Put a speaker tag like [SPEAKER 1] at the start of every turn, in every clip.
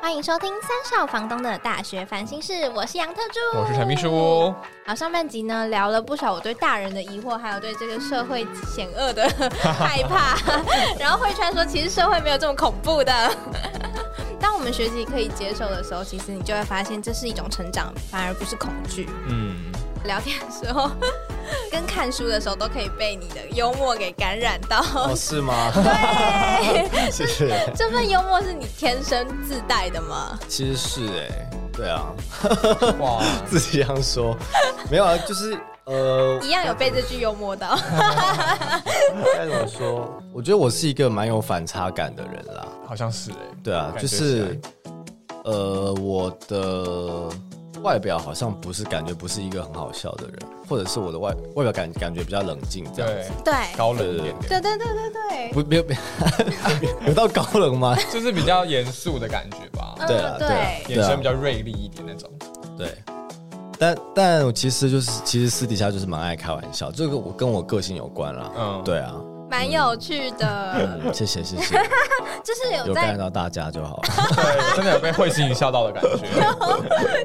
[SPEAKER 1] 欢迎收听三少房东的大学烦心事，我是杨特助，
[SPEAKER 2] 我是陈秘书。
[SPEAKER 1] 好，上半集呢聊了不少我对大人的疑惑，还有对这个社会险恶的 害怕。 然后慧川说，其实社会没有这么恐怖的。 当我们学习可以接受的时候，其实你就会发现这是一种成长，反而不是恐惧。
[SPEAKER 2] 嗯，
[SPEAKER 1] 聊天的时候 跟看书的时候都可以被你的幽默给感染到。
[SPEAKER 2] 哦，是吗？
[SPEAKER 1] 对，
[SPEAKER 2] 谢谢。
[SPEAKER 1] 这份幽默是你天生自带的吗？
[SPEAKER 2] 其实是哎，对啊，哇，自己这样说，没有啊，就是呃，
[SPEAKER 1] 一样有被这句幽默到。
[SPEAKER 2] 该怎么说？我觉得我是一个蛮有反差感的人啦。
[SPEAKER 3] 好像是哎、
[SPEAKER 2] 对啊，
[SPEAKER 3] 感觉
[SPEAKER 2] 就是
[SPEAKER 3] 起
[SPEAKER 2] 呃，我的外表好像不是感觉不是一个很好笑的人，或者是我的外外表感感觉比较冷静这样子。
[SPEAKER 3] 对，
[SPEAKER 1] 对，
[SPEAKER 3] 高冷一点点，
[SPEAKER 1] 对对对对对。
[SPEAKER 2] 不，没有， 有到高冷吗？
[SPEAKER 3] 就是比较严肃的感觉吧，
[SPEAKER 1] 嗯
[SPEAKER 2] 对啊对啊
[SPEAKER 1] 对
[SPEAKER 2] 对
[SPEAKER 3] 眼神比较锐利一点那种。
[SPEAKER 2] 对，但但我其实就是其实私底下就是蛮爱开玩笑，这个我跟我个性有关啦。
[SPEAKER 3] 嗯，
[SPEAKER 2] 对啊，
[SPEAKER 1] 蛮有趣的，
[SPEAKER 2] 嗯谢谢谢谢，
[SPEAKER 1] 就是有
[SPEAKER 2] 有
[SPEAKER 1] 在
[SPEAKER 2] 感染到大家就好 了。
[SPEAKER 3] 对，真的有被慧心一笑到的感觉。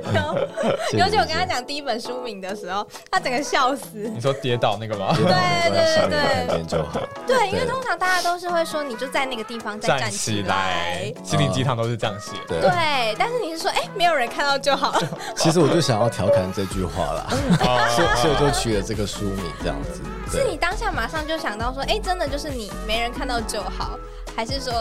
[SPEAKER 2] 嗯谢谢
[SPEAKER 1] 尤其我跟他
[SPEAKER 2] 谢谢
[SPEAKER 1] 讲第一本书名的时候，他整个笑死。
[SPEAKER 3] 你说跌倒那个吗？
[SPEAKER 2] 跌倒没关系
[SPEAKER 1] 对对
[SPEAKER 2] 没
[SPEAKER 1] 对
[SPEAKER 2] 看见就好。
[SPEAKER 1] 对，因为通常大家都是会说，你就在那个地方再站起来。
[SPEAKER 3] 心灵鸡汤都是这样写。
[SPEAKER 2] 对，
[SPEAKER 1] 对，但是你是说，哎、没有人看到就好。
[SPEAKER 2] 其实我就想要调侃这句话啦，
[SPEAKER 3] 哦
[SPEAKER 2] 所以所以我就取了这个书名这样子。
[SPEAKER 1] 嗯是
[SPEAKER 2] 对
[SPEAKER 1] 你，当下马上就想到说，哎、真的就是你没人看到就好，还是说，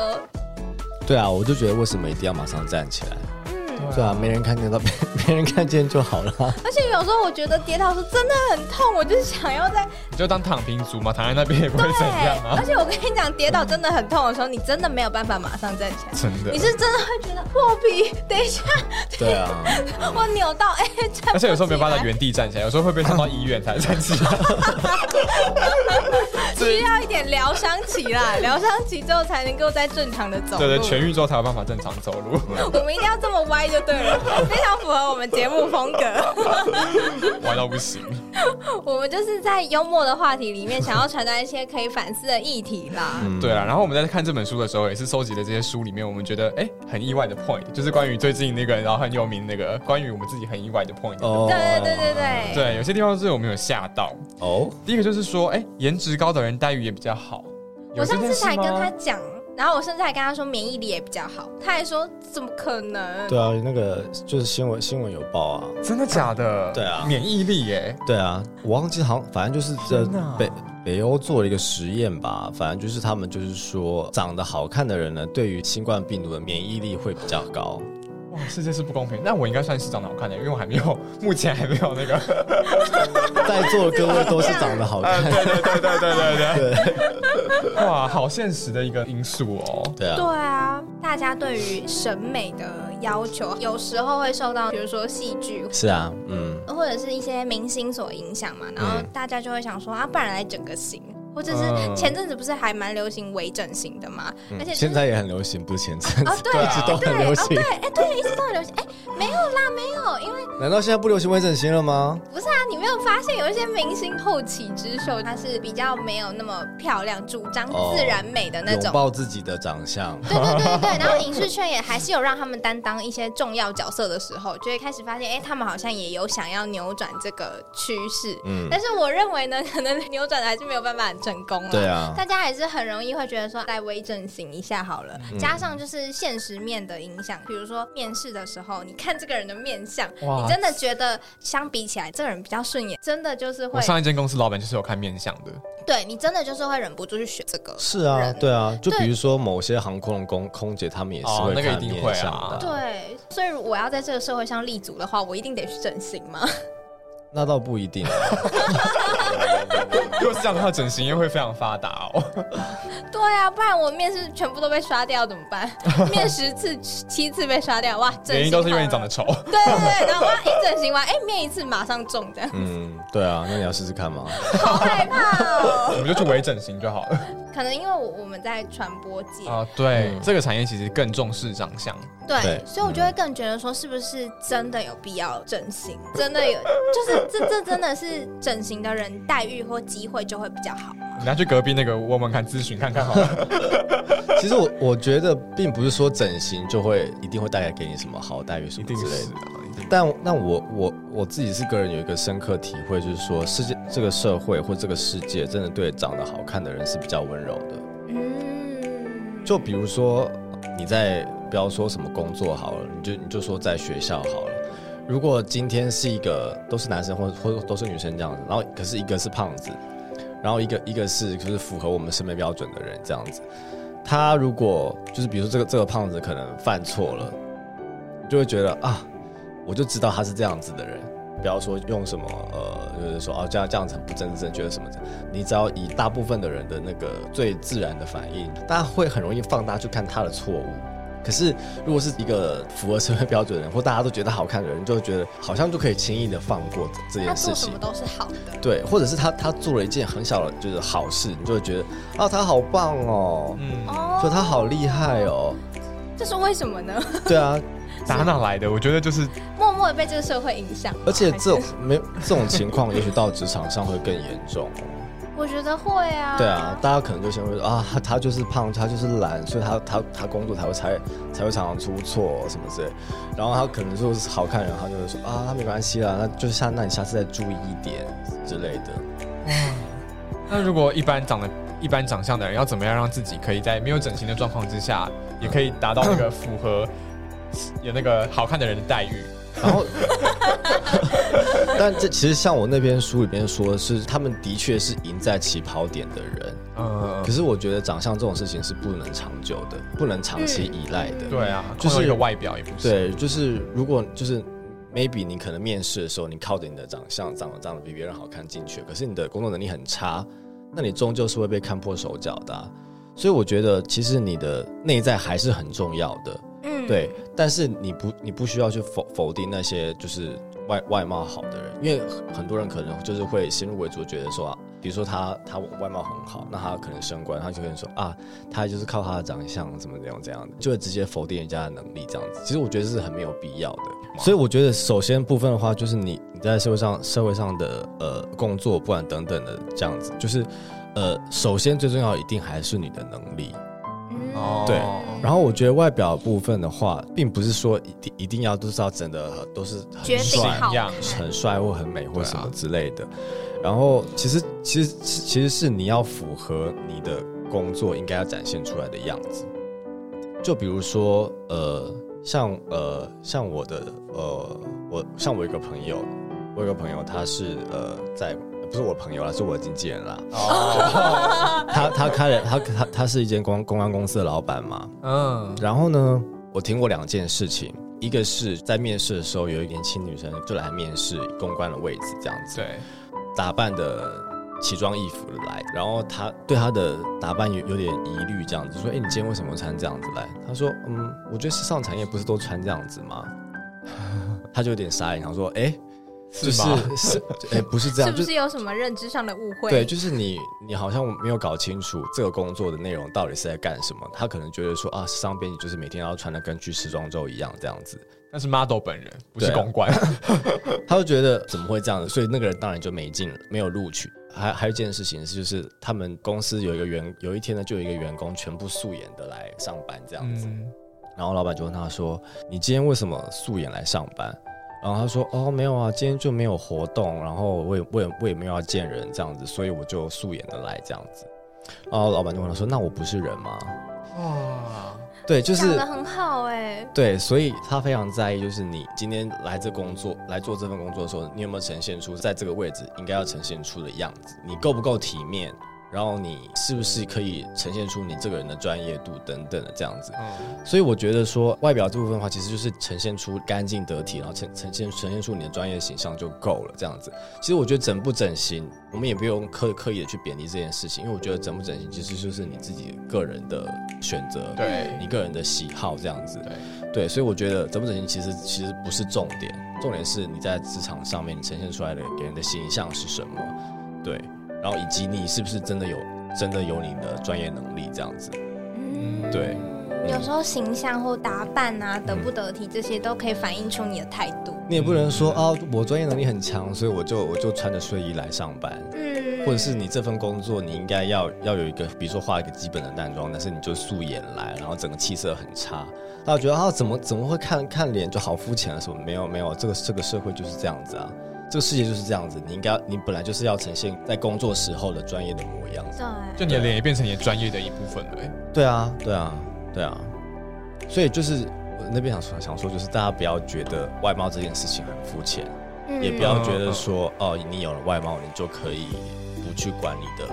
[SPEAKER 2] 对啊，我就觉得为什么一定要马上站起来？
[SPEAKER 1] 嗯？
[SPEAKER 2] 对啊，没人看见到，没 没人看见就 好了。
[SPEAKER 1] 而且有时候我觉得跌倒是真的很痛，我就想要 在
[SPEAKER 3] 你就当躺平族嘛，躺在那边也不会怎样
[SPEAKER 1] 对，而
[SPEAKER 3] 啊。
[SPEAKER 1] 且我跟你讲，跌倒真的很痛的时候，你真的没有办法马上站起来。
[SPEAKER 3] 真的
[SPEAKER 1] 你，是真的会觉得破皮，等一下
[SPEAKER 2] 对啊，
[SPEAKER 1] 我扭到，哎、站不起来
[SPEAKER 3] 而且有时候没办法在原地站起来，有时候会被送到医院才站起来。
[SPEAKER 1] 需要一点疗伤期啦，疗伤期之后才能够再正常的走路。
[SPEAKER 3] 对对，痊愈之后才有办法正常走路，
[SPEAKER 1] 我们一定要这么歪就对了，非常符合我们节目风格。
[SPEAKER 3] 歪到不行。
[SPEAKER 1] 我们就是在幽默的话题里面，想要传达一些可以反思的议题啦。
[SPEAKER 2] 嗯
[SPEAKER 3] 对啊，然后我们在看这本书的时候，也是收集了这些书里面，我们觉得哎、很意外的 point，就是关于最近那个然后很有名那个关于我们自己很意外的 point。
[SPEAKER 2] 哦，
[SPEAKER 1] 对对对嗯对对，
[SPEAKER 3] 对，有些地方是我们有吓到。
[SPEAKER 2] 哦，
[SPEAKER 3] 第一个就是说，哎、颜值高的人待遇也比较好。有
[SPEAKER 1] 我
[SPEAKER 3] 这
[SPEAKER 1] 上
[SPEAKER 3] 件
[SPEAKER 1] 次
[SPEAKER 3] 事
[SPEAKER 1] 才跟
[SPEAKER 3] 吗
[SPEAKER 1] 他讲，然后我甚至还跟他说免疫力也比较好，他还说怎么可能？
[SPEAKER 2] 对啊，那个就是新闻新闻有报啊。
[SPEAKER 3] 真的假的？
[SPEAKER 2] 对啊
[SPEAKER 3] 免疫力耶、
[SPEAKER 2] 对啊，我忘记好像反正就是这
[SPEAKER 3] 天哪
[SPEAKER 2] 北北欧做了一个实验吧，反正就是他们就是说长得好看的人呢，对于新冠病毒的免疫力会比较 高。
[SPEAKER 3] 哇，世界是不公平。那我应该算是长得好看的，因为我还没有，目前还没有那个。
[SPEAKER 2] 在座各位都是长得好看，
[SPEAKER 3] 对对对对对对对。 哇，好现实的一个因素哦。
[SPEAKER 2] 对
[SPEAKER 1] 对
[SPEAKER 2] 啊，
[SPEAKER 1] 啊，大家对于审美的要求，有时候会受到，比如说戏剧
[SPEAKER 2] 是啊，嗯，
[SPEAKER 1] 或者是一些明星所影响嘛，然后大家就会想说啊，不然来整个型，或者是
[SPEAKER 3] 嗯
[SPEAKER 1] 前阵子不是还蛮流行微整形的 嘛，而且、就是、
[SPEAKER 2] 嗯现在也很流行，不是前阵
[SPEAKER 1] 啊
[SPEAKER 2] 子，
[SPEAKER 1] 对
[SPEAKER 2] 一直都
[SPEAKER 1] 对
[SPEAKER 2] 很流
[SPEAKER 1] 哦对
[SPEAKER 2] 行。
[SPEAKER 1] 哎、对一直都很流行哎、没有啦没有，因为
[SPEAKER 2] 难道现在不流行微整形了吗？
[SPEAKER 1] 不是啊，你没有发现有一些明星后起之秀，她是比较没有那么漂亮，主张
[SPEAKER 2] 哦
[SPEAKER 1] 自然美的那
[SPEAKER 2] 拥
[SPEAKER 1] 种。
[SPEAKER 2] 抱自己的长相，
[SPEAKER 1] 对对对对，对， 然后影视圈也还是有让他们担当一些重要角色的时候，就会开始发现，哎、他们好像也有想要扭转这个趋势。
[SPEAKER 2] 嗯，
[SPEAKER 1] 但是我认为呢，可能扭转的还是没有办法很成功啊。
[SPEAKER 2] 对啊，
[SPEAKER 1] 大家还是很容易会觉得说来微整形一下好了，加上就是现实面的影响，比如说面试的时候，你看这个人的面相，
[SPEAKER 3] 哇
[SPEAKER 1] 你真的觉得相比起来这个人比较顺眼，真的就是会
[SPEAKER 3] 我上一间公司老板就是有看面相的，
[SPEAKER 1] 对你真的就是会忍不住去选这个。
[SPEAKER 2] 是啊，对啊，就
[SPEAKER 1] 对
[SPEAKER 2] 比如说某些航空的空空姐，她们也是
[SPEAKER 3] 哦
[SPEAKER 2] 会
[SPEAKER 3] 那个
[SPEAKER 2] 看
[SPEAKER 3] 一定
[SPEAKER 2] 面
[SPEAKER 3] 会啊
[SPEAKER 2] 相的啊，
[SPEAKER 1] 对，所以我要在这个社会上立足的话，我一定得去整形吗？
[SPEAKER 2] 那倒不一定啊。
[SPEAKER 3] 如果是这样的话，整形业会非常发达哦。
[SPEAKER 1] 对对啊，不然我面试全部都被刷掉怎么办？面十次七次被刷掉，哇，整
[SPEAKER 3] 原因都是因为
[SPEAKER 1] 好
[SPEAKER 3] 你长
[SPEAKER 1] 了
[SPEAKER 3] 得丑。
[SPEAKER 1] 对对对，然后哇一整形完，哎、面一次马上中，这样
[SPEAKER 2] 嗯，对啊，那你要试试看吗？
[SPEAKER 1] 好害怕哦。
[SPEAKER 3] 我们就去微整形就好 了。
[SPEAKER 1] 可能因为我我们在传播界，
[SPEAKER 3] 啊，对
[SPEAKER 2] 嗯，
[SPEAKER 3] 这个产业其实更重视长相。
[SPEAKER 1] 对，
[SPEAKER 2] 对
[SPEAKER 1] 所以我就会更觉得说，是不是真的有必要整形？真的有， 就是这这真的是整形的人待遇或机会就会比较好。
[SPEAKER 3] 你拿去隔壁那个问问看，咨询看看好 了。
[SPEAKER 2] 其实我我觉得并不是说整形就会一定会带来给你什么好待遇什么之类的。但那我我我自己是个人有一个深刻体会，就是说世界这个社会或这个世界真的对长得好看的人是比较温柔的。
[SPEAKER 1] 嗯，
[SPEAKER 2] 就比如说你在不要说什么工作好了，你就你就说在学校好了。如果今天是一个都是男生或或都是女生这样子，然后可是一个是胖子，然后一个一个是就是符合我们审美标准的人这样子，他如果就是比如说这个这个胖子可能犯错了，你就会觉得啊，我就知道他是这样子的人。不要说用什么呃，就是说哦，这样这样子很不正正确什么的，你只要以大部分的人的那个最自然的反应，大家会很容易放大去看他的错误。可是，如果是一个符合社会标准的人，或大家都觉得好看的人，就会觉得好像就可以轻易的放过这
[SPEAKER 1] 他
[SPEAKER 2] 件事
[SPEAKER 1] 做什
[SPEAKER 2] 情
[SPEAKER 1] 么。都是好的。
[SPEAKER 2] 对，或者是他他做了一件很小的就是好事，你就会觉得啊，他好棒哦，
[SPEAKER 3] 嗯，
[SPEAKER 1] 哦
[SPEAKER 2] 说他好厉害哦，
[SPEAKER 1] 这是为什么呢？
[SPEAKER 2] 对啊，
[SPEAKER 3] 嗯打哪来的？我觉得就是
[SPEAKER 1] 默默的被这个社会影响。啊
[SPEAKER 2] 而且
[SPEAKER 1] 还是
[SPEAKER 2] 这 种没有这种情况，也许到职场上会更严重哦。
[SPEAKER 1] 我觉得会啊。
[SPEAKER 2] 对啊，，大家可能就先会说啊，他他就是胖，他就是懒，所以他他他工作才会才才会常常出错什么之类。然后他可能就是好看人，他就会说啊，他没关系啦，那就是下那你下次再注意一点之类的。
[SPEAKER 3] 那如果一般长得一般长相的人，要怎么样让自己可以在没有整形的状况之下，也可以达到那个符 合有那个好看的人的待遇？
[SPEAKER 2] 然 后，但这其实像我那边书里边说的是，他们的确是赢在起跑点的人。
[SPEAKER 3] 嗯
[SPEAKER 2] 呃可，是我觉得长相这种事情是不能长久的，不能长期依赖的。
[SPEAKER 3] 对啊，
[SPEAKER 2] 就
[SPEAKER 3] 就是是一个外表也不是。
[SPEAKER 2] 对，就是如果就是 maybe 你可能面试的时候，你靠着你的长相长得长得比别人好看进去，可是你的工作能力很差，那你终究是会被看破手脚的啊、所以我觉得，其实你的内在还是很重要的，
[SPEAKER 1] 嗯，
[SPEAKER 2] 对。但是你不，你不需要去否否定那些就是外外貌好的人，因为很很多人可能就是会先入为主，觉得说、啊，比如说他他外貌很好，那他可能升官，他就跟你说啊，他就是靠他的长相怎么怎样怎样的，就会直接否定人家的能力这样子。其实我觉得是很没有必要的。所以我觉得，首先部分的话，就是你你在社会上社会上的呃工作，不管等等的这样子，就是呃，首先最重要一定还是你的能力。
[SPEAKER 1] 嗯
[SPEAKER 3] 哦，
[SPEAKER 2] 对然后我觉得外表部分的话，并不是说一定一定要都是要整的都是
[SPEAKER 1] 决
[SPEAKER 2] 很
[SPEAKER 1] 定
[SPEAKER 2] 帅、
[SPEAKER 1] 好
[SPEAKER 3] 一样
[SPEAKER 1] 看。
[SPEAKER 2] 很帅或很美或
[SPEAKER 3] 对啊
[SPEAKER 2] 什么之类的。然后其实其实其实是你要符合你的工作应该要展现出来的样子。就比如说呃，像呃像我的呃我像我有一个朋友，我有一个朋友他是呃在不是我朋友啦，是我的经纪人啦。
[SPEAKER 3] 哦，
[SPEAKER 2] 他他开了他他他是一间公公关公司的老板嘛，
[SPEAKER 3] 嗯，
[SPEAKER 2] 然后呢，我听过两件事情，一个是在面试的时候，有一年轻女生就来面试公关的位置，这样子，
[SPEAKER 3] 对，
[SPEAKER 2] 打扮的奇装异服的来，然后她对她的打扮有有点疑虑，这样子说：“哎，你今天为什么穿这样子来？”她说：“嗯，我觉得时尚产业不是都穿这样子吗？”她就有点傻眼，然后说：“哎，就是
[SPEAKER 3] 是吗
[SPEAKER 2] 是哎，不是这
[SPEAKER 1] 是
[SPEAKER 2] 样，
[SPEAKER 1] 不
[SPEAKER 2] 就是
[SPEAKER 1] 有什么认知上的误会？
[SPEAKER 2] 对，就是你，你好像没有搞清楚这个工作的内容到底是在干什么。他可能觉得说啊，时尚编辑就是每天要穿的跟去时装周一样这样子，
[SPEAKER 3] 那是 model 本人，不是
[SPEAKER 2] 对啊
[SPEAKER 3] 公关。
[SPEAKER 2] 他就觉得怎么会这样子？所以那个人当然就没进了，没有录取。还还有一件事情是，就是他们公司有一个员，有一天呢，就有一个员工全部素颜的来上班这样子。
[SPEAKER 3] 嗯，
[SPEAKER 2] 然后老板就问他说：“你今天为什么素颜来上班？”然后他说：“哦，没有啊，今天就没有活动，然后我也我也我也没有要见人这样子，所以我就素颜的来这样子。”然后老板就问他说：“那我不是人吗
[SPEAKER 3] 哇，？”
[SPEAKER 2] 对，就
[SPEAKER 1] 讲
[SPEAKER 2] 是
[SPEAKER 1] 的很好哎、
[SPEAKER 2] 对，所以他非常在意，就是你今天来这工作来做这份工作的时候，你有没有呈现出在这个位置应该要呈现出的样子？你够不够体面？然后你是不是可以呈现出你这个人的专业度等等的这样子。
[SPEAKER 3] 嗯，
[SPEAKER 2] 所以我觉得说外表这部分的话，其实就是呈现出干净得体，然后呈呈现呈现出你的专业形象就够了。这样子，其实我觉得整不整形，我们也不用刻刻意的去贬低这件事情，因为我觉得整不整形其实就是你自己个人的选择，
[SPEAKER 3] 对
[SPEAKER 2] 你个人的喜好这样子。
[SPEAKER 3] 对，
[SPEAKER 2] 对，所以我觉得整不整形其实其实不是重点，重点是你在职场上面你呈现出来的给人的形象是什么，对，然后以及你是不是真的有真的有你的专业能力这样子，
[SPEAKER 1] 嗯，
[SPEAKER 2] 对，
[SPEAKER 1] 有时候形象或打扮啊，得不得体，这些都可以反映出你的态度。
[SPEAKER 2] 你也不能说啊，我专业能力很强，所以我就我就穿着睡衣来上班，
[SPEAKER 1] 嗯，
[SPEAKER 2] 或者是你这份工作你应该要要有一个，比如说化一个基本的淡妆，但是你就素颜来，然后整个气色很差，那我觉得啊，怎么怎么会看看脸就好肤浅啊什么？没有没有，这个这个社会就是这样子啊，这个世界就是这样子，你应该你本来就是要呈现在工作时候的专业的模样。
[SPEAKER 1] 对，
[SPEAKER 3] 就你的脸也变成你的专业的一部分了、欸
[SPEAKER 2] 对啊，对啊，对啊，所以就是我那边想说想说，就是大家不要觉得外貌这件事情很肤浅。
[SPEAKER 1] 嗯
[SPEAKER 2] 也不要觉得
[SPEAKER 3] 嗯
[SPEAKER 2] 说哦，你有了外貌，你就可以不去管你的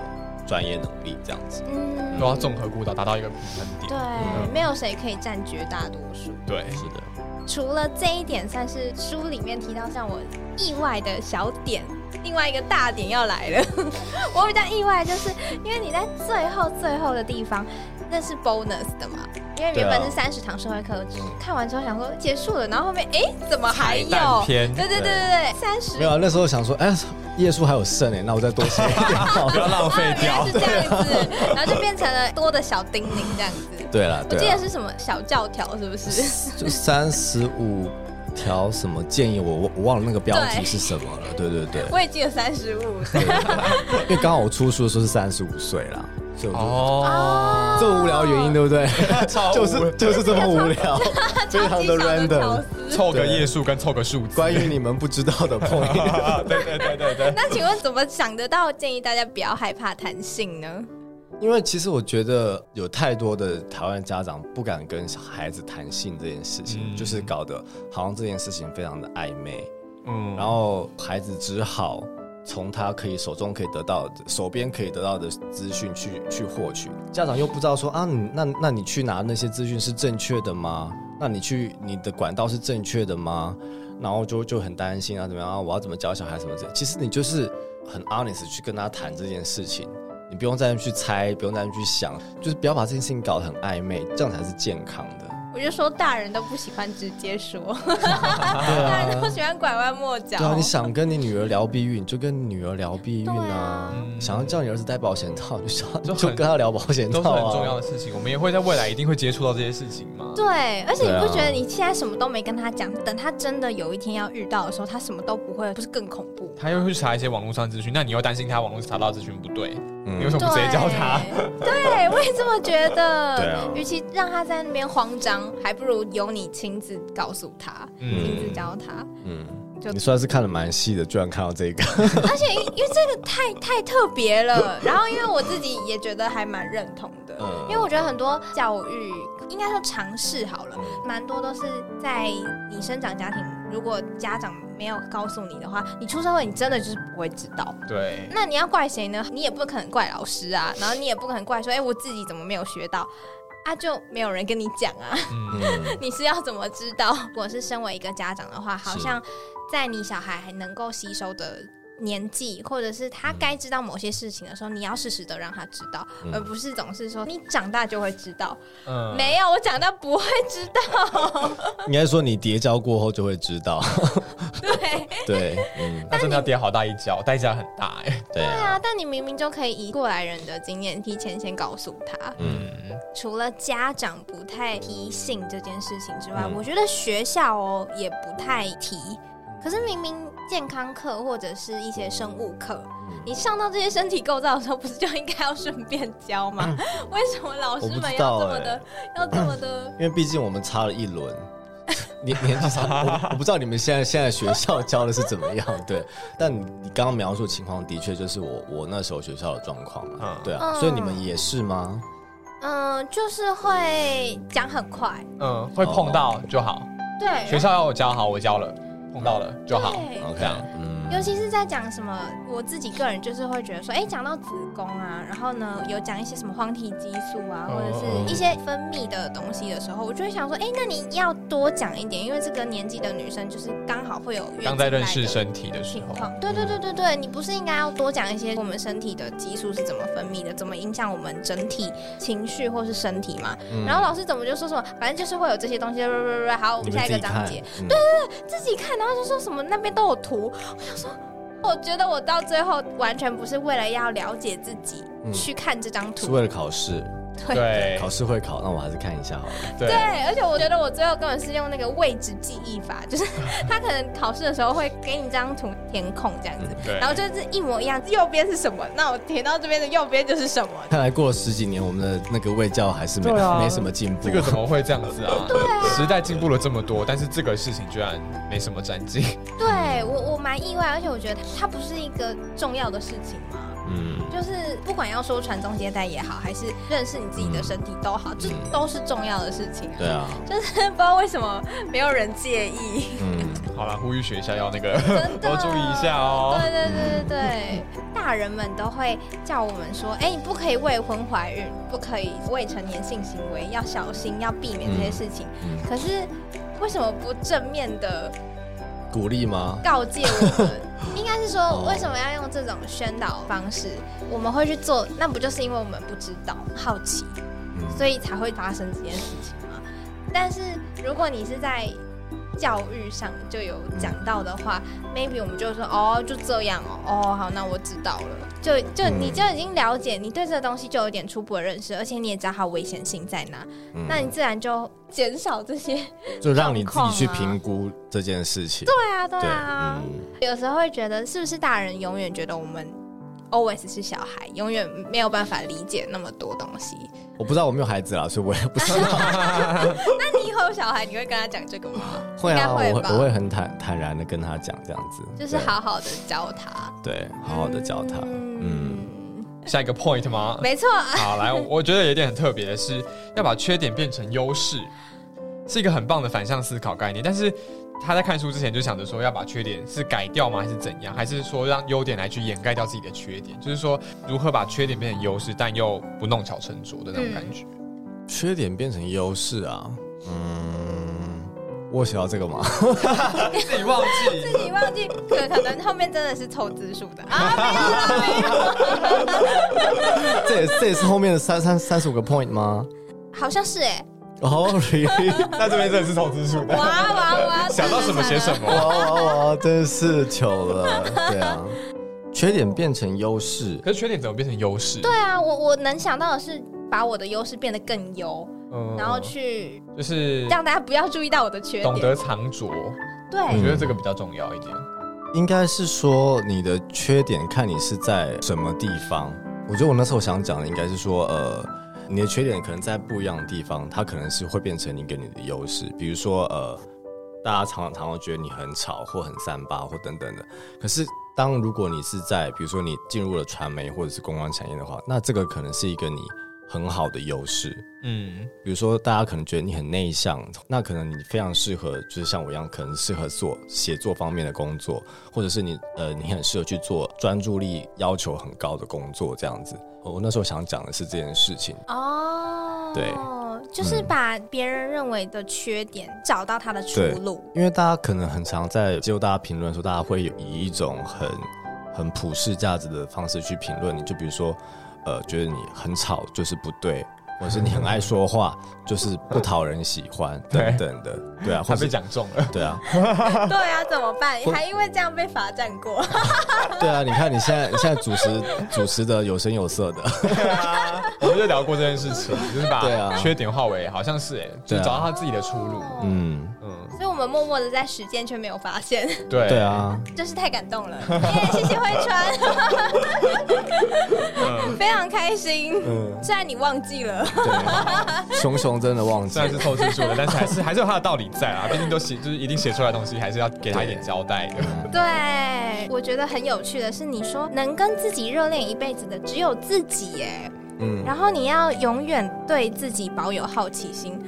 [SPEAKER 2] 专业能力这样子。
[SPEAKER 1] 嗯
[SPEAKER 3] 都要综合孤岛达到一个平衡点。
[SPEAKER 2] 嗯
[SPEAKER 1] 对，没有谁可以占绝大多数。
[SPEAKER 3] 对，
[SPEAKER 2] 是的，
[SPEAKER 1] 除了这一点算是书里面提到让我意外的小点，另外一个大点要来了。 我比较意外就是因为你在最后最后的地方，那是 bonus 的嘛，因为原本是
[SPEAKER 2] 对啊
[SPEAKER 1] 三十堂社会课，就是看完之后想说结束了，然后后面哎、诶怎么还有？
[SPEAKER 3] 彩
[SPEAKER 1] 对
[SPEAKER 3] 蛋篇
[SPEAKER 1] 对对对对，三十
[SPEAKER 2] 没有啊那时候想说，哎，页数还有剩哎，那我再多写 一点好
[SPEAKER 3] 不
[SPEAKER 2] 了。
[SPEAKER 3] 要浪费掉
[SPEAKER 1] 啊，原来是。这样 子，然后就变成了多的小叮咛这样子。
[SPEAKER 2] 对了，
[SPEAKER 1] 我记
[SPEAKER 2] 对啊
[SPEAKER 1] 得
[SPEAKER 2] 了，
[SPEAKER 1] 是什么小教条，是不 是？
[SPEAKER 2] 就三十五条什么建议，我我我忘了那个标题
[SPEAKER 1] 对
[SPEAKER 2] 是什么了。对对对，
[SPEAKER 1] 我也记得三十五。
[SPEAKER 2] 因为刚好我出书的时候是三十五岁啦，所以我就。
[SPEAKER 3] 哦，
[SPEAKER 2] 这么无聊的原因对不对？
[SPEAKER 3] 超
[SPEAKER 2] 就是就是这么无聊，非
[SPEAKER 1] 超
[SPEAKER 2] 常的
[SPEAKER 1] 级小的
[SPEAKER 2] random
[SPEAKER 1] 巧。
[SPEAKER 3] 凑个页数跟凑个数字。
[SPEAKER 2] 关于你们不知道的 point，
[SPEAKER 3] 对对对对对，
[SPEAKER 1] 那请问怎么想得到建议大家不要害怕弹性呢？
[SPEAKER 2] 因为其实我觉得有太多的台湾家长不敢跟孩子谈性这件事情，
[SPEAKER 3] 嗯
[SPEAKER 2] 就是搞得好像这件事情非常的暧昧，
[SPEAKER 3] 嗯，
[SPEAKER 2] 然后孩子只好从他可以手中可以得到的、手边可以得到的资讯去去获取，家长又不知道说啊，你那那你去拿那些资讯是正确的吗？那你去你的管道是正确的吗？然后就就很担心啊，怎么样啊？我要怎么教小孩什么这？其实你就是很 honest 去跟他谈这件事情，你不用再去猜，不用再去想，就是不要把这件事情搞得很暧昧，这样才是健康的。
[SPEAKER 1] 我就说大人都不喜欢直接说， 大人都喜欢拐弯抹角。
[SPEAKER 2] 啊对啊，你想跟你女儿聊避孕，你就跟你女儿聊避孕
[SPEAKER 1] 对
[SPEAKER 2] 啊
[SPEAKER 1] 啊。
[SPEAKER 3] 嗯
[SPEAKER 2] 想要叫你儿子戴保险 套，你就想
[SPEAKER 3] 就
[SPEAKER 2] 就
[SPEAKER 3] 很
[SPEAKER 2] 跟他聊保险
[SPEAKER 3] 都
[SPEAKER 2] 套
[SPEAKER 3] 是很重要
[SPEAKER 2] 啊。
[SPEAKER 3] 的事情，我们也会在未来一定会接触到这些事情嘛。
[SPEAKER 1] 对，而且你
[SPEAKER 2] 对啊
[SPEAKER 1] 不觉得你现在什么都没跟他讲，等他真的有一天要遇到的时候，他什么都不会，不是更恐怖？
[SPEAKER 3] 他又会去查一些网络上资讯，那你又担心他网络查到资讯不对，你为
[SPEAKER 2] 嗯
[SPEAKER 3] 什么不直接教他？
[SPEAKER 1] 对， 我也这么觉得。
[SPEAKER 2] 对啊
[SPEAKER 1] 与其让他在那边慌张，还不如由你亲自告诉他，亲
[SPEAKER 3] 嗯，
[SPEAKER 1] 自教他。
[SPEAKER 2] 嗯，
[SPEAKER 1] 就
[SPEAKER 2] 你算是看的蛮细的，居然看到这 个。
[SPEAKER 1] 而且因因为这个太太特别了，然后因为我自己也觉得还蛮认同的，
[SPEAKER 2] 嗯
[SPEAKER 1] 因为我觉得很多教育应该说尝试好了，蛮多都是在你生长家庭，如果家长没有告诉你的话，你出社会你真的就是不会知道。
[SPEAKER 3] 对，
[SPEAKER 1] 那你要怪谁呢？你也不可能怪老师啊，然后你也不可能怪说，哎、我自己怎么没有学到。啊，就没有人跟你讲啊，
[SPEAKER 3] 嗯，
[SPEAKER 2] 嗯，
[SPEAKER 1] 你是要怎么知道？ 如果是身为一个家长的话，好
[SPEAKER 2] 是
[SPEAKER 1] 像在你小孩还能够吸收的年纪，或者是他该知道某些事情的时候，你要适时的让他知道，
[SPEAKER 2] 嗯
[SPEAKER 1] 而不是总是说你长大就会知道。
[SPEAKER 3] 嗯，
[SPEAKER 1] 没有，我长大不 会知道。
[SPEAKER 2] 应该说你叠交过后就会 知道。
[SPEAKER 1] 对
[SPEAKER 2] 对，嗯，
[SPEAKER 3] 那真的要跌好大一跤，代价很大哎。
[SPEAKER 1] 对
[SPEAKER 2] 对啊，
[SPEAKER 1] 啊，但你明明就可以以过来人的经验，提前先告诉他。
[SPEAKER 2] 嗯，
[SPEAKER 1] 除了家长不太提性这件事情之外，
[SPEAKER 2] 嗯
[SPEAKER 1] 我觉得学校哦也不太提。可是明明健康课或者是一些生物课，你上到这些身体构造的时候，不是就应该要顺便教吗？
[SPEAKER 3] 嗯
[SPEAKER 1] 为什么老师
[SPEAKER 2] 我不
[SPEAKER 1] 们
[SPEAKER 2] 知
[SPEAKER 1] 要
[SPEAKER 2] 道
[SPEAKER 1] 这么的，要
[SPEAKER 3] 欸
[SPEAKER 1] 这么的？
[SPEAKER 2] 因为毕竟我们差了一轮。 年年纪差，我我不知道你们现在现在学校教的是怎么样，对。但你你刚刚描述的情况，的确就是我我那时候学校的状况啊
[SPEAKER 3] 嗯，
[SPEAKER 2] 对啊。
[SPEAKER 1] 嗯
[SPEAKER 2] 所以你们也是吗？
[SPEAKER 1] 嗯，就是会讲很快，
[SPEAKER 3] 嗯，会碰到就好，
[SPEAKER 1] 对，
[SPEAKER 3] 学校要我教好，我教了，碰到了就好。
[SPEAKER 1] 对
[SPEAKER 2] OK，
[SPEAKER 3] 这样
[SPEAKER 2] 嗯，
[SPEAKER 1] 尤其是在讲什么，我自己个人就是会觉得说，哎、讲到子宫啊，然后呢有讲一些什么黄体激素啊，
[SPEAKER 3] 哦
[SPEAKER 1] 或者是一些分泌的东西的时候，我就会想说，哎、那你要多讲一点，因为这个年纪的女生就是刚好会有月经
[SPEAKER 3] 当在认
[SPEAKER 1] 来
[SPEAKER 3] 识
[SPEAKER 1] 的
[SPEAKER 3] 身体的时
[SPEAKER 1] 情
[SPEAKER 3] 候，
[SPEAKER 1] 况。对对对对对，你不是应该要多讲一些我们身体的激素是怎么分泌的，怎么影响我们整体情绪或是身体吗？
[SPEAKER 2] 嗯
[SPEAKER 1] 然后老师怎么就说什么，反正就是会有这些东西。好，我
[SPEAKER 2] 你
[SPEAKER 1] 们
[SPEAKER 2] 们
[SPEAKER 1] 下一
[SPEAKER 2] 自
[SPEAKER 1] 个
[SPEAKER 2] 己
[SPEAKER 1] 章
[SPEAKER 2] 看
[SPEAKER 1] 节，
[SPEAKER 2] 嗯
[SPEAKER 1] 自己看，然后就说什么那边都有图，我想说。我觉得我到最后完全不是为了要了解自己、
[SPEAKER 2] 嗯
[SPEAKER 1] 去看这张
[SPEAKER 2] 是
[SPEAKER 1] 图，
[SPEAKER 2] 为了考试，
[SPEAKER 3] 对
[SPEAKER 2] 考试会考，那我还是看一下好了。
[SPEAKER 3] 对
[SPEAKER 1] 对，而且我觉得我最后根本是用那个位置记忆法，就是 他可能考试的时候会给你一张图填空这样子，
[SPEAKER 3] 对
[SPEAKER 1] 然后就是一模一样，右边是什么，那我填到这边的右边就是什么。
[SPEAKER 2] 看来过了十几年，我们的那个卫教还是没、
[SPEAKER 3] 对啊
[SPEAKER 2] 没什么进步。
[SPEAKER 3] 这个怎么会这样子啊？对，时代进步了这么多，但是这个事情居然没什么战绩。
[SPEAKER 1] 对我我蛮意外，而且我觉得它不是一个重要的事情嘛，
[SPEAKER 2] 嗯，
[SPEAKER 1] 就是不管要说传宗接代也好，还是认识你自己的身体都好，这
[SPEAKER 2] 嗯
[SPEAKER 1] 都是重要的事情啊。
[SPEAKER 2] 对啊，
[SPEAKER 1] 就是不知道为什么没有人介 意，
[SPEAKER 2] 嗯，
[SPEAKER 3] 好了，呼吁学校要那个
[SPEAKER 1] 真的
[SPEAKER 3] 多注意一下哦
[SPEAKER 1] 对对对对对，大人们都会叫我们说，哎、你不可以未婚怀孕，不可以未成年性行为，要小心，要避免这些事情。
[SPEAKER 2] 嗯
[SPEAKER 1] 可是为什么不正面的
[SPEAKER 2] 鼓励吗？
[SPEAKER 1] 告诫我们？应该是说
[SPEAKER 2] 哦，
[SPEAKER 1] 为什么要用这种宣导方式？我们会去做，那不就是因为我们不知道、好奇，
[SPEAKER 2] 嗯，
[SPEAKER 1] 所以才会发生这件事情嘛。但是如果你是在教育上就有讲到的话、m
[SPEAKER 2] 嗯
[SPEAKER 1] a y b e 我们就会说哦，就这样哦，哦好，那我知道了。就就
[SPEAKER 2] 嗯
[SPEAKER 1] 你就已经了解，你对这个东西就有点初步的认识，而且你也知道它危险性在哪，
[SPEAKER 2] 嗯
[SPEAKER 1] 那你自然就减少这些。
[SPEAKER 2] 就让你自己去
[SPEAKER 1] 状况啊
[SPEAKER 2] 评估这件事情。
[SPEAKER 1] 对啊，对
[SPEAKER 2] 对，
[SPEAKER 1] 啊。
[SPEAKER 2] 嗯，
[SPEAKER 1] 有时候会觉得，是不是大人永远觉得我们 always 是小孩，永远没有办法理解那么多东西？
[SPEAKER 2] 我不知道我没有孩子啦，所以我也不知 道。
[SPEAKER 1] 那你以后有小孩，你会跟他讲这个 吗？
[SPEAKER 2] 会
[SPEAKER 1] 应该
[SPEAKER 2] 啊，
[SPEAKER 1] 会
[SPEAKER 2] 我会
[SPEAKER 1] 吧
[SPEAKER 2] 我会很坦坦然的跟他讲这样子，
[SPEAKER 1] 就是
[SPEAKER 2] 对
[SPEAKER 1] 好好的教他，
[SPEAKER 2] 对，好好的教他。嗯，
[SPEAKER 3] 下一个 point 吗？
[SPEAKER 1] 没错，啊
[SPEAKER 3] 好，来，我觉得有一点很特别的是，要把缺点变成优势，是一个很棒的反向思考概念。但是他在看书之前就想着说，要把缺点是改掉吗？还是怎样？还是说让优点来去掩盖掉自己的缺点？就是说，如何把缺点变成优势，但又不弄巧成拙的那种感觉。
[SPEAKER 2] 缺点变成优势啊。嗯，我有写到这个吗？
[SPEAKER 3] 自己忘记，
[SPEAKER 1] 自己忘记，可可能后面真的是凑字数的啊，没有啦，没有，
[SPEAKER 2] 这也这也是后面的三三三十五个 point 吗？
[SPEAKER 1] 好像是哎，
[SPEAKER 2] 哦、
[SPEAKER 3] 那这边真的是投资数
[SPEAKER 1] 哇哇哇，
[SPEAKER 3] 想到什么写什
[SPEAKER 1] 么，
[SPEAKER 3] 么。
[SPEAKER 2] 哇哇哇！哦真是糗了，对啊，缺点变成优势，
[SPEAKER 3] 可是缺点怎么变成优势？对
[SPEAKER 1] 对啊，我我能想到的是把我的优势变得更优，
[SPEAKER 3] 嗯
[SPEAKER 1] 然后去
[SPEAKER 3] 就是
[SPEAKER 1] 让大家不要注意到我的缺
[SPEAKER 3] 懂
[SPEAKER 1] 点，
[SPEAKER 3] 得嗯藏拙，我
[SPEAKER 1] 对
[SPEAKER 3] 觉得这个比较重要一点。
[SPEAKER 2] 应该是说你的缺点看你是在什么地方。我觉得我那时候想讲的应该是说，呃，你的缺点可能在不一样的地方，它可能是会变成一个你的优势。比如说，呃，大家常常常觉得你很吵或很三八或等等的，可是。当如果你是在，比如说你进入了传媒或者是公关产业的话，那这个可能是一个你很好的优势。
[SPEAKER 3] 嗯，
[SPEAKER 2] 比如说，大家可能觉得你很内向，那可能你非常适合，就是像我一样，可能适合做写作方面的工作，或者是你呃，你很适合去做专注力要求很高的工作这样子。我那时候想讲的是这件事情，
[SPEAKER 1] 哦，
[SPEAKER 2] 对。
[SPEAKER 1] 就是
[SPEAKER 2] 嗯
[SPEAKER 1] 把别人认为的缺点找到他的出
[SPEAKER 2] 对
[SPEAKER 1] 路，
[SPEAKER 2] 因为大家可能很常在接受大家评论的时候，大家会有以一种很很普世价值的方式去评论你，就比如说，呃，觉得你很吵就是不对，或者是你很爱说话就是不讨人喜欢
[SPEAKER 3] 对
[SPEAKER 2] 等等的，对啊，或
[SPEAKER 3] 他被
[SPEAKER 2] 者
[SPEAKER 3] 讲中了。
[SPEAKER 2] 对啊，
[SPEAKER 1] 对啊，怎么办？
[SPEAKER 2] 或
[SPEAKER 1] 还因为这样被罚站过。
[SPEAKER 2] 对啊，你看你现在你现在主持主持的有声有色的，
[SPEAKER 3] 我们就聊过这件事情，就是
[SPEAKER 2] 对啊
[SPEAKER 3] 把缺点化为好像是哎、就
[SPEAKER 2] 对啊
[SPEAKER 3] 是找到他自己的出路。
[SPEAKER 2] 嗯，
[SPEAKER 3] 嗯，
[SPEAKER 1] 哦所以我们默默的在实践，却没有发现，
[SPEAKER 3] 对
[SPEAKER 2] 对，啊，
[SPEAKER 1] 真是太感动 了。耶，谢谢慧川，非常开心。
[SPEAKER 2] 嗯，
[SPEAKER 1] 虽然你忘记了，
[SPEAKER 2] 对，啊熊熊真的忘记
[SPEAKER 3] 虽然是透支出的，但是还是还是有他的道理在啊。毕竟都写，就是一定写出来的东西，还是要给他一点交代的。
[SPEAKER 1] 对我觉得很有趣的是，你说能跟自己热恋一辈子的只有自己耶，
[SPEAKER 2] 嗯
[SPEAKER 1] 然后你要永远对自己保有好奇心。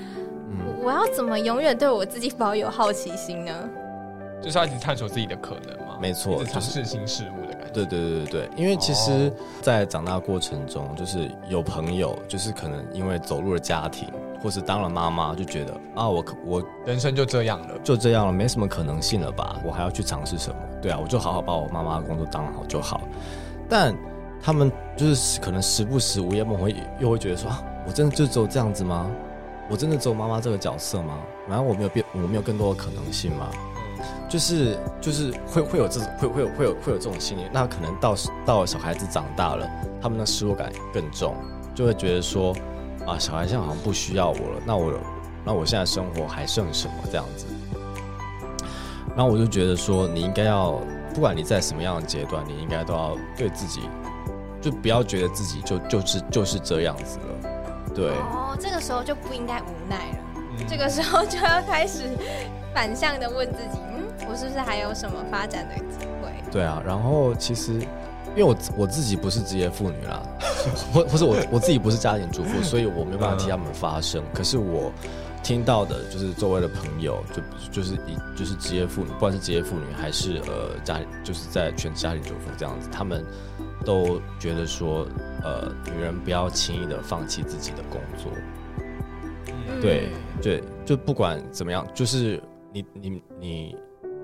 [SPEAKER 2] 嗯，
[SPEAKER 1] 我我要怎么永远对我自己保有好奇心呢？
[SPEAKER 3] 就是要一直探索自己的可能嘛，
[SPEAKER 2] 没错
[SPEAKER 3] 一直
[SPEAKER 2] 就
[SPEAKER 3] 尝
[SPEAKER 2] 是
[SPEAKER 3] 试新事物的感觉。
[SPEAKER 2] 对对对对对，因为其实
[SPEAKER 3] 哦，
[SPEAKER 2] 在长大过程中，就是有朋友，就是可能因为走入了家庭，或是当了妈妈，就觉得啊，我可我
[SPEAKER 3] 人生就这样了。
[SPEAKER 2] 就这样了，没什么可能性了吧？我还要去尝试什么？对啊，我就好好把我妈妈的工作当好就好。但他们就是可能时不时午夜梦回，又会觉得说、啊，我真的就只有这样子吗？我真的只有妈妈这个角色吗？然后我没有变，我没有更多的可能性吗？
[SPEAKER 3] 嗯
[SPEAKER 2] 就是就是会会有这种会会有会有会有这种信念，那可能到到小孩子长大了，他们的失落感更重，就会觉得说啊，小孩现在好像不需要我了，那我那我现在生活还剩什么这样子？然后我就觉得说，你应该要，不管你在什么样的阶段，你应该都要对自己，就不要觉得自己就就是就是这样子了，对，
[SPEAKER 1] 哦，这个时候就不应该无奈了，
[SPEAKER 3] 嗯
[SPEAKER 1] 这个时候就要开始反向的问自己，嗯，我是不是还有什么发展的机会？
[SPEAKER 2] 对啊，然后其实因为我我自己不是职业妇女啦， 或或是我我自己不是家庭主妇，所以我没办法替他们发声。可是我听到的就是周围的朋友，就就是一就是职业妇女，不管是职业妇女还是呃家就是在全职家庭主妇这样子，他们都觉得说，呃，女人不要轻易的放弃自己的工作。
[SPEAKER 1] 嗯
[SPEAKER 2] 对对，就不管怎么样，就是你你你，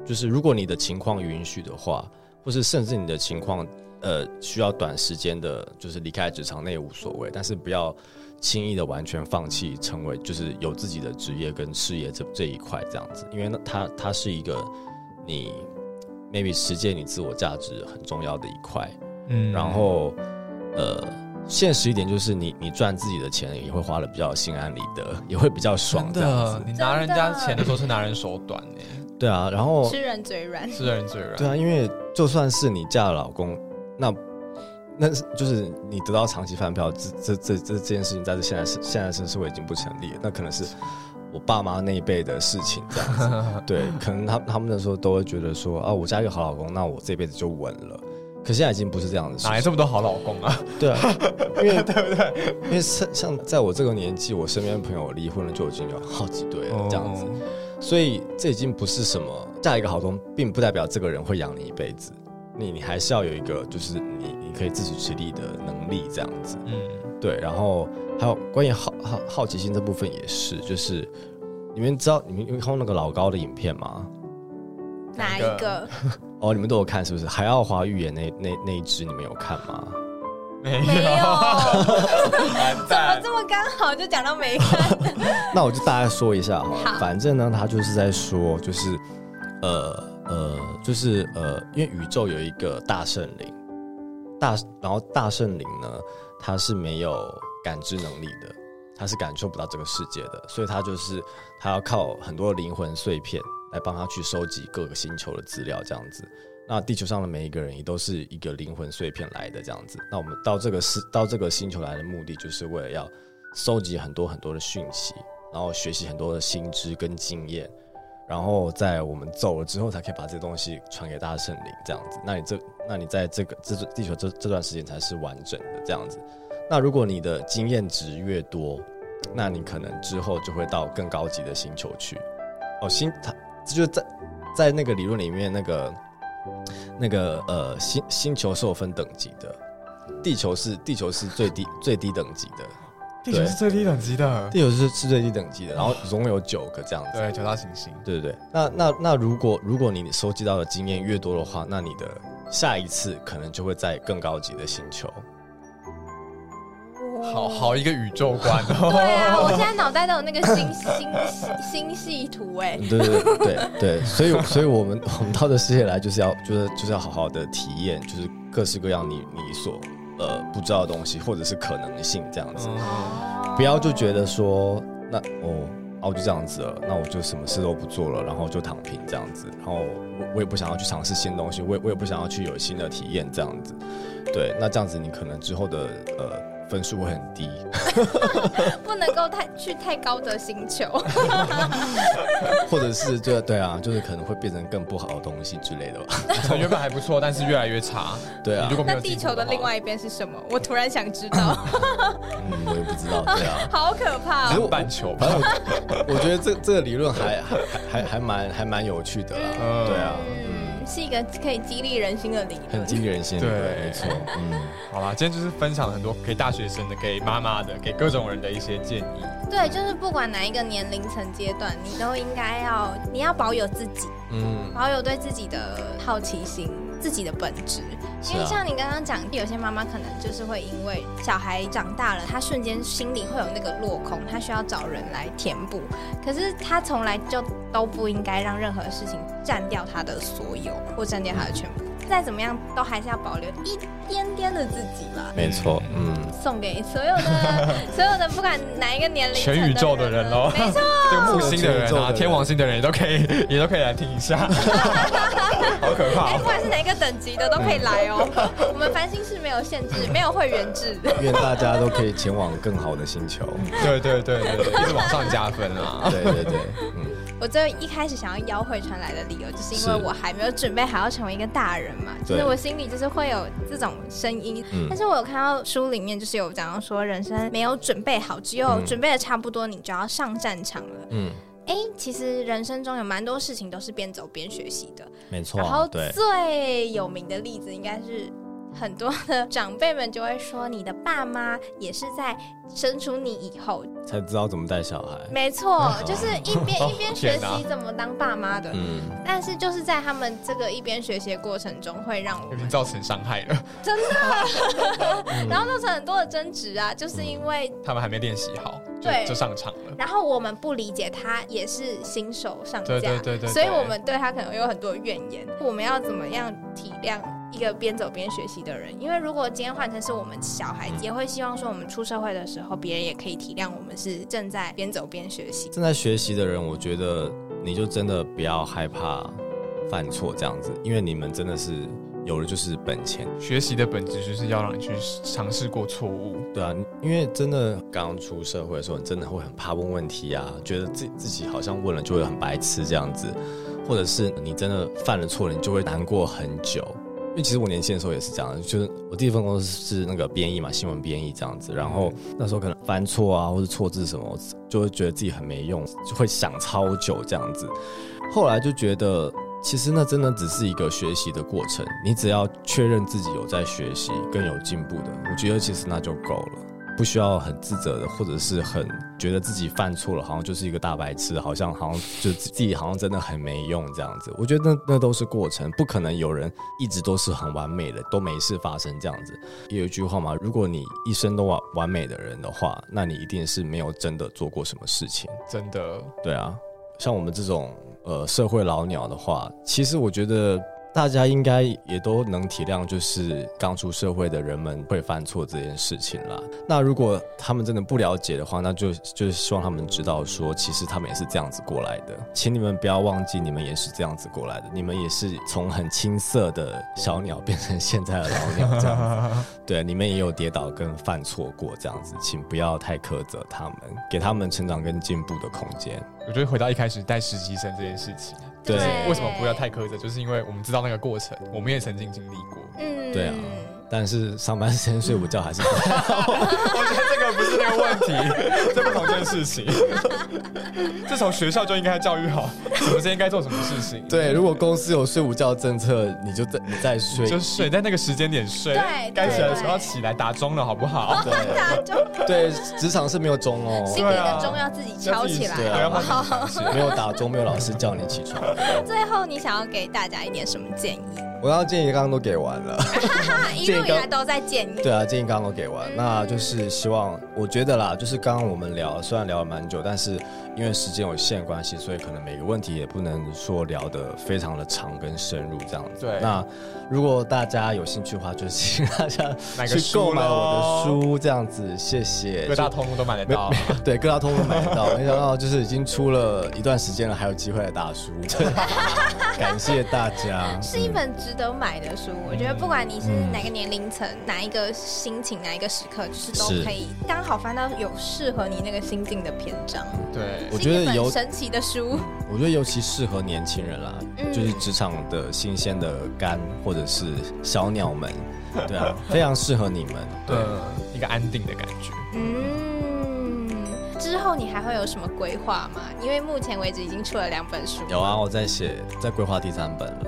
[SPEAKER 2] 就是如果你的情况允许的话，或是甚至你的情况呃需要短时间的，就是离开职场那也无所谓，但是不要轻易的完全放弃，成为就是有自己的职业跟事业这这一块这样子，因为那它它是一个你 maybe 实践你自我价值很重要的一块。
[SPEAKER 3] 嗯
[SPEAKER 2] 然后呃，现实一点就是你你赚自己的钱也会花的比较心安理得，也会比较
[SPEAKER 3] 爽
[SPEAKER 2] 爽这样子
[SPEAKER 3] 的，你拿人家
[SPEAKER 1] 真的
[SPEAKER 3] 钱的时候是拿人手短哎，
[SPEAKER 2] 对啊，然后
[SPEAKER 1] 吃人嘴软。
[SPEAKER 3] 是人最软。
[SPEAKER 2] 对啊，因为就算是你嫁了老公，那那是就是你得到长期饭票，这这这这这件事情在这现在是现在这社会已经不成立了，那可能是我爸妈那一辈的事情这 样子。对，可能他他们那时候都会觉得说啊，我嫁一个好老公，那我这辈子就稳了。可现在已经不是这样的事
[SPEAKER 3] 哪来
[SPEAKER 2] 情，
[SPEAKER 3] 这么多好老公啊？
[SPEAKER 2] 对啊，因为对不对？因为像像在我这个年纪，我身边的朋友离婚了就已经有好几对了，这样子。
[SPEAKER 3] 哦
[SPEAKER 2] 所以这已经不是什么嫁一个好东，并不代表这个人会养你一辈子。你你还是要有一个，就是你你可以自己持力的能力这样子。
[SPEAKER 3] 嗯，
[SPEAKER 2] 对，然后还有关于好好好奇心这部分也是，就是你们知道你们有看过那个老高的影片吗？
[SPEAKER 1] 哪一
[SPEAKER 3] 哪一
[SPEAKER 1] 个？
[SPEAKER 2] 哦，你们都有看是不是？海奥华预言那那那一支你们有看吗？
[SPEAKER 3] 没有，
[SPEAKER 1] 没有，
[SPEAKER 3] 完
[SPEAKER 1] 怎么
[SPEAKER 3] 蛋
[SPEAKER 1] 这么刚好就讲到没看？
[SPEAKER 2] 那我就大概说一下好了。
[SPEAKER 1] 好
[SPEAKER 2] 反正呢，他就是在说，就是呃呃，就是呃，因为宇宙有一个大圣灵，大然后大圣灵呢，它是没有感知能力的，它是感受不到这个世界的，所以它就是它要靠很多灵魂碎片来帮他去收集各个星球的资料，这样子。那地球上的每一个人也都是一个灵魂碎片来的，这样子。那我们到这个世到这个星球来的目的，就是为了要收集很多很多的讯息，然后学习很多的新知跟经验，然后在我们走了之后，才可以把这些东西传给大圣灵这样子。那你这，那你在这个这地球这这段时间才是完整的这样子。那如果你的经验值越多，那你可能之后就会到更高级的星球去。哦，星它这就是在在那个理论里面，那个那个呃星星球是有分等级的，地球是地球是最低最低等级的，
[SPEAKER 3] 地球是最低等级的，
[SPEAKER 2] 地球是是最低等级的，然后总共有九个这样子。
[SPEAKER 3] 嗯对，九大行星，
[SPEAKER 2] 对对对，那那那如果如果你收集到的经验越多的话，那你的下一次可能就会在更高级的星球。
[SPEAKER 3] 好好一个宇宙观哦。
[SPEAKER 1] 对啊，我现在脑袋都有那个星星星系图哎。
[SPEAKER 2] 对对对对对， 所以所以我们我们到这世界来就是要就是就是要好好的体验，就是各式各样你你所呃不知道的东西或者是可能性这样子，
[SPEAKER 3] 嗯
[SPEAKER 1] 哦
[SPEAKER 2] 不要就觉得说那哦。哦，就这样子了，那我就什么事都不做了，然后就躺平这样子，然后我我也不想要去尝试新东西，我也我也不想要去有新的体验这样子，对，那这样子你可能之后的呃分数会很低。
[SPEAKER 1] 不能够太去太高的星 球。
[SPEAKER 2] 或者是对啊对啊，就是可能会变成更不好的东西之类的吧。
[SPEAKER 3] 可能原本还不错，但是越来越差。
[SPEAKER 2] 对啊
[SPEAKER 3] 你如，果没
[SPEAKER 1] 那
[SPEAKER 3] 有
[SPEAKER 1] 地
[SPEAKER 3] 进步
[SPEAKER 1] 球的
[SPEAKER 3] 话
[SPEAKER 1] 另外一边是什么？我突然想知道，
[SPEAKER 2] 嗯，我也不知道。对啊，
[SPEAKER 1] 好可怕、
[SPEAKER 2] 可是
[SPEAKER 1] 哦！
[SPEAKER 2] 我
[SPEAKER 3] 半球吧
[SPEAKER 2] 反，正我我觉得这这个理论还还还还蛮还蛮有趣的啦。
[SPEAKER 3] 嗯
[SPEAKER 2] 对啊，
[SPEAKER 1] 嗯，是一个可以激励人心的理
[SPEAKER 2] 很
[SPEAKER 1] 论。
[SPEAKER 2] 激励人心。
[SPEAKER 3] 对
[SPEAKER 2] 没错。嗯，
[SPEAKER 3] 好啦，今天就是分享了很多给大学生的、给妈妈的、给各种人的一些建议。
[SPEAKER 1] 对，就是不管哪一个年龄层阶段，你都应该要，你要保有自己，
[SPEAKER 2] 嗯，
[SPEAKER 1] 保有对自己的好奇心，自己的本质。
[SPEAKER 2] 是
[SPEAKER 1] 因为
[SPEAKER 2] 啊，
[SPEAKER 1] 像你刚刚讲，有些妈妈可能就是会因为小孩长大了，她瞬间心里会有那个落空，她需要找人来填补。可是她从来就都不应该让任何事情占掉她的所有，或占掉她的全部。再怎么样，都还是要保留一点点的自己吧。
[SPEAKER 2] 没错。嗯，
[SPEAKER 1] 送给所有的 所有的，不管哪一个年龄层
[SPEAKER 3] 全宇宙的人哦咯
[SPEAKER 1] 没错，
[SPEAKER 3] 这个木星的人
[SPEAKER 2] 这个宇宙的
[SPEAKER 3] 啊，
[SPEAKER 2] 人
[SPEAKER 3] 天王星的人也都可以，也都可以来听一下，好可怕、
[SPEAKER 1] 哎、不
[SPEAKER 3] 哦。
[SPEAKER 1] 管是哪一个等级的都可以来哦。
[SPEAKER 3] 嗯
[SPEAKER 1] 我们繁星是没有限制，没有会员制。
[SPEAKER 2] 愿大家都可以前往更好的星 球。
[SPEAKER 3] 对对对对对，一直往上加分啊！
[SPEAKER 2] 对对对，嗯，
[SPEAKER 1] 我最一开始想要邀会传来的理由，就是因为
[SPEAKER 2] 是
[SPEAKER 1] 我还没有准备好要成为一个大人嘛，就是
[SPEAKER 2] 对
[SPEAKER 1] 我心里就是会有这种声音。
[SPEAKER 2] 嗯
[SPEAKER 1] 但是我有看到书里面就是有讲到说，人生没有准备好，只有
[SPEAKER 2] 嗯
[SPEAKER 1] 准备的差不多，你就要上战场了。
[SPEAKER 2] 嗯，
[SPEAKER 1] 哎、其实人生中有蛮多事情都是边走边学习的。
[SPEAKER 2] 没错
[SPEAKER 1] 然
[SPEAKER 2] 啊。
[SPEAKER 1] 后
[SPEAKER 2] 对，
[SPEAKER 1] 最有名的例子应该是。很多的长辈们就会说，你的爸妈也是在生出你以 后，
[SPEAKER 2] 才知道怎么带小孩。
[SPEAKER 1] 没错，就是一 边一边学
[SPEAKER 3] 天哪
[SPEAKER 1] 习怎么当爸妈的。
[SPEAKER 2] 啊嗯。
[SPEAKER 1] 但是就是在他们这个一边学习的过程中，会让我
[SPEAKER 3] 已
[SPEAKER 1] 们
[SPEAKER 3] 经造成伤害了，
[SPEAKER 1] 真的，
[SPEAKER 2] 嗯
[SPEAKER 1] 然后造成很多的争执啊，就是因为，
[SPEAKER 3] 他们还没练习好，就
[SPEAKER 1] 对
[SPEAKER 3] 就上场了。
[SPEAKER 1] 然后我们不理解他也是新手上
[SPEAKER 3] 对对
[SPEAKER 1] 架，
[SPEAKER 3] 对对对
[SPEAKER 1] 所以我们对他可能有很多怨言。我们要怎么样体谅一个边走边学习的人？因为如果今天换成是我们小孩，也会希望说我们出社会的时候，别人也可以体谅我们是正在边走边学习。
[SPEAKER 2] 正在学习的人，我觉得你就真的不要害怕犯错这样子，因为你们真的是有的就是本钱，
[SPEAKER 3] 学习的本质就是要让你去尝试过错误，
[SPEAKER 2] 对啊，因为真的刚出社会的时候，你真的会很怕问问题啊，觉得自自己好像问了就会很白痴这样子，或者是你真的犯了错了，你就会难过很久。因为其实我年轻的时候也是这样，就是我第一份工作是那个编译嘛，新闻编译这样子，然后那时候可能犯错啊或者错字什么，就会觉得自己很没用，就会想超久这样子。后来就觉得，其实那真的只是一个学习的过程，你只要确认自己有在学习跟有进步的，我觉得其实那就够了。不需要很自责的，或者是很觉得自己犯错了，好像就是一个大白痴，好像好像就自己好像真的很没用这样子。我觉得那那都是过程，不可能有人一直都是很完美的，都没事发生这样子。也有一句话嘛，如果你一生都完完美的人的话，那你一定是没有真的做过什么事情。
[SPEAKER 3] 真的。
[SPEAKER 2] 对啊，像我们这种呃社会老鸟的话，其实我觉得大家应该也都能体谅，就是刚出社会的人们会犯错这件事情啦。那如果他们真的不了解的话，那就就是希望他们知道说，其实他们也是这样子过来的。请你们不要忘记，你们也是这样子过来的，你们也是从很青涩的小鸟变成现在的老鸟这样子。对，你们也有跌倒跟犯错过这样子，请不要太苛责他们，给他们成长跟进步的空间。
[SPEAKER 3] 我觉得回到一开始带实习生这件事情，
[SPEAKER 2] 对
[SPEAKER 3] 就是为什么不要太苛责，就是因为我们知道那个过程，我们也曾经经历过。
[SPEAKER 1] 嗯
[SPEAKER 2] 对啊但是上班时间睡午觉 还是不太
[SPEAKER 3] 我觉得这个不是那个问题， 这不同件事情。这从学校就应该教育好，什么时间应该做什么事情。
[SPEAKER 2] 对。如果公司有睡午觉政策，你就再你再睡。
[SPEAKER 3] 就睡在那个时间点睡
[SPEAKER 1] 对，
[SPEAKER 3] 该起来的
[SPEAKER 1] 对
[SPEAKER 3] 时候要起来打钟了，好不好？
[SPEAKER 2] 对
[SPEAKER 3] 啊
[SPEAKER 1] 大家就
[SPEAKER 2] 对，职场是没有钟
[SPEAKER 1] 心
[SPEAKER 2] 哦，
[SPEAKER 1] 里的钟要自己敲起来。
[SPEAKER 2] 对啊
[SPEAKER 3] 对，要不然很难睡
[SPEAKER 2] 没有打钟，没有老师叫你起床。
[SPEAKER 1] 最后，你想要给大家一点什么建议？
[SPEAKER 2] 我要啊建议刚刚都给完了。
[SPEAKER 1] 啊，一路以来都在建议。
[SPEAKER 2] 对啊，建议刚刚都给完，那就是希望，我觉得啦，就是刚刚我们聊，虽然聊了蛮久，但是因为时间有限关系，所以可能每个问题也不能说聊得非常的长跟深入这样子。
[SPEAKER 3] 对
[SPEAKER 2] 那如果大家有兴趣的话，就请大家
[SPEAKER 3] 买个
[SPEAKER 2] 去购买我
[SPEAKER 3] 书
[SPEAKER 2] 的
[SPEAKER 3] 咯，
[SPEAKER 2] 书这样子，谢谢。
[SPEAKER 3] 各大通路都买得
[SPEAKER 2] 没
[SPEAKER 3] 到。
[SPEAKER 2] 对，各大通路买得到。没想到就是已经出了一段时间了，还有机会来大叔，对感谢大家。
[SPEAKER 1] 是一本值得买的书，我觉得不管你是
[SPEAKER 2] 嗯
[SPEAKER 1] 哪个年龄层、哪一个心情、哪一个时刻，就是都
[SPEAKER 2] 是
[SPEAKER 1] 可以刚好翻到有适合你那个心境的篇章。
[SPEAKER 3] 对，
[SPEAKER 2] 我觉得
[SPEAKER 1] 是一本
[SPEAKER 2] 有
[SPEAKER 1] 神奇的书，
[SPEAKER 2] 嗯我觉得尤其适合年轻人啦，
[SPEAKER 1] 嗯
[SPEAKER 2] 就是职场的新鲜的肝或者是小鸟们，对啊，非常适合你们。对，
[SPEAKER 3] 嗯，一个安定的感觉。
[SPEAKER 1] 嗯，之后你还会有什么规划吗？因为目前为止已经出了两本书，
[SPEAKER 2] 有啊，我在写，在规划第三本了，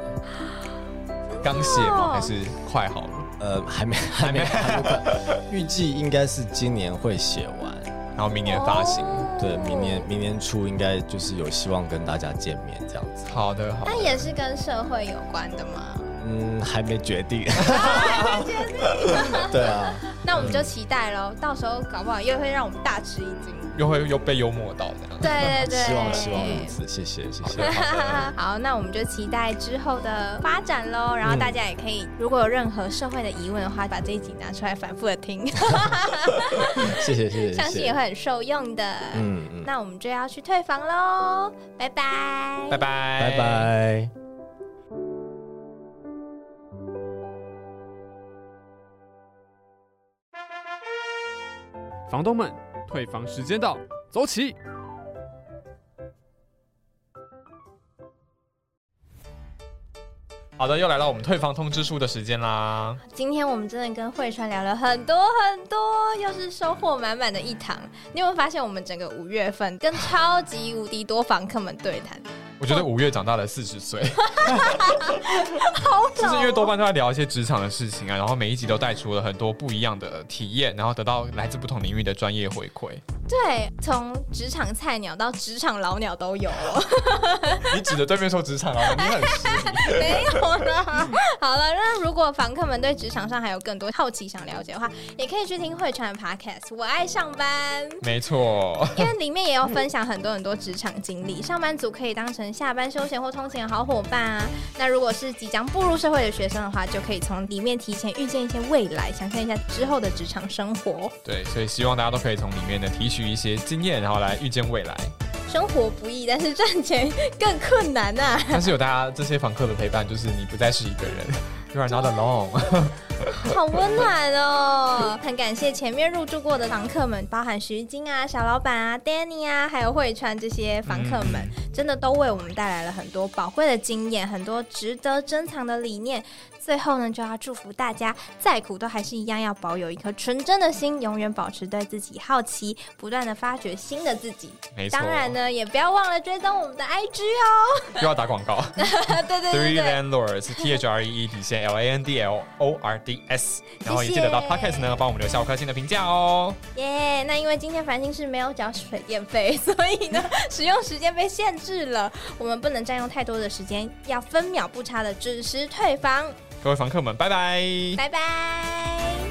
[SPEAKER 3] 刚写
[SPEAKER 1] 哦
[SPEAKER 3] 吗？还是快好了？
[SPEAKER 2] 呃，还没，还没，还没快，预计应该是今年会写完，
[SPEAKER 3] 然后明年发行。
[SPEAKER 1] 哦
[SPEAKER 2] 对，明年明年初应该就是有希望跟大家见面这样子。
[SPEAKER 3] 好的，好的
[SPEAKER 1] 那。也是跟社会有关的吗？
[SPEAKER 2] 嗯，还没 决定。 对啊，
[SPEAKER 1] 那我们就期待喽，到时候搞不好又会让我们大吃一惊。
[SPEAKER 3] 又会又被幽默到这样。
[SPEAKER 1] 对对对，
[SPEAKER 2] 希望希望如此，谢谢谢
[SPEAKER 3] 好
[SPEAKER 2] 谢
[SPEAKER 3] 的，。好的。
[SPEAKER 1] 好，那我们就期待之后的发展喽。然后大家也可以，如果有任何社会的疑问的话，把这一集拿出来反复的 听，
[SPEAKER 2] 谢谢谢谢，
[SPEAKER 1] 相信也会很受用的。
[SPEAKER 2] 嗯嗯，
[SPEAKER 1] 那我们就要去退房喽，拜拜，
[SPEAKER 3] 拜拜，
[SPEAKER 2] 拜。拜。
[SPEAKER 4] 房东们，退房时间到，走起！
[SPEAKER 3] 好的，又来到我们退房通知书的时间啦。
[SPEAKER 1] 今天我们真的跟慧川聊了很多很多，又是收获满满的一堂。你有没有发现，我们整个五月份跟超级无敌多房客们对谈，
[SPEAKER 3] 我觉得五月长大了四十 岁，
[SPEAKER 1] 好老哦
[SPEAKER 3] 就是因为多半都在聊一些职场的事情啊，然后每一集都带出了很多不一样的体验，然后得到来自不同领域的专业回馈。
[SPEAKER 1] 对，从职场菜鸟到职场老鸟都有哦。
[SPEAKER 3] 你指着对面说职场 啊，你很失礼。
[SPEAKER 1] 没有啦。 好了，那如果房客们对职场上还有更多好奇想了解的话，也可以去听慧传的 Podcast《我爱上班》。
[SPEAKER 3] 没错，
[SPEAKER 1] 因为里面也有分享很多很多职场经历，上班族可以当成下班休闲或通勤的好伙伴啊。那如果是即将步入社会的学生的话，就可以从里面提前预见一些未来，想象一下之后的职场生活。
[SPEAKER 3] 对，所以希望大家都可以从里面呢提取一些经验，然后来预见未 来。
[SPEAKER 1] 生活不易，但是赚钱更困难啊呐、
[SPEAKER 3] 但是有大家这些房客的陪伴，就是你不再是一个人，You are not alone。
[SPEAKER 1] 好温暖哦！很感谢前面入住过的房客们，包含徐晶啊、小老板啊、Danny 啊，还有慧川这些房客们，真的都为我们带来了很多宝贵的经验，很多值得珍藏的理念。最后呢，就要祝福大家，再苦都还是一样要保有一颗纯真的心，永远保持对自己好奇，不断的发掘新的自己。
[SPEAKER 3] 没错，
[SPEAKER 1] 当然呢，也不要忘了追踪我们的 IG 哦。
[SPEAKER 3] 又要打广告。
[SPEAKER 1] 对对对对。
[SPEAKER 3] Three Landlords T H R E E 底线 L A N D L O R D S，然后也记得到 Podcast 呢，帮我们留下五颗星的评价哦。
[SPEAKER 1] 耶那因为今天繁星是没有缴水电费，所以呢，使用时间被限制了。我们不能占用太多的时间，要分秒不差的准时退房。
[SPEAKER 3] 各位房客们，拜拜。
[SPEAKER 1] 拜拜。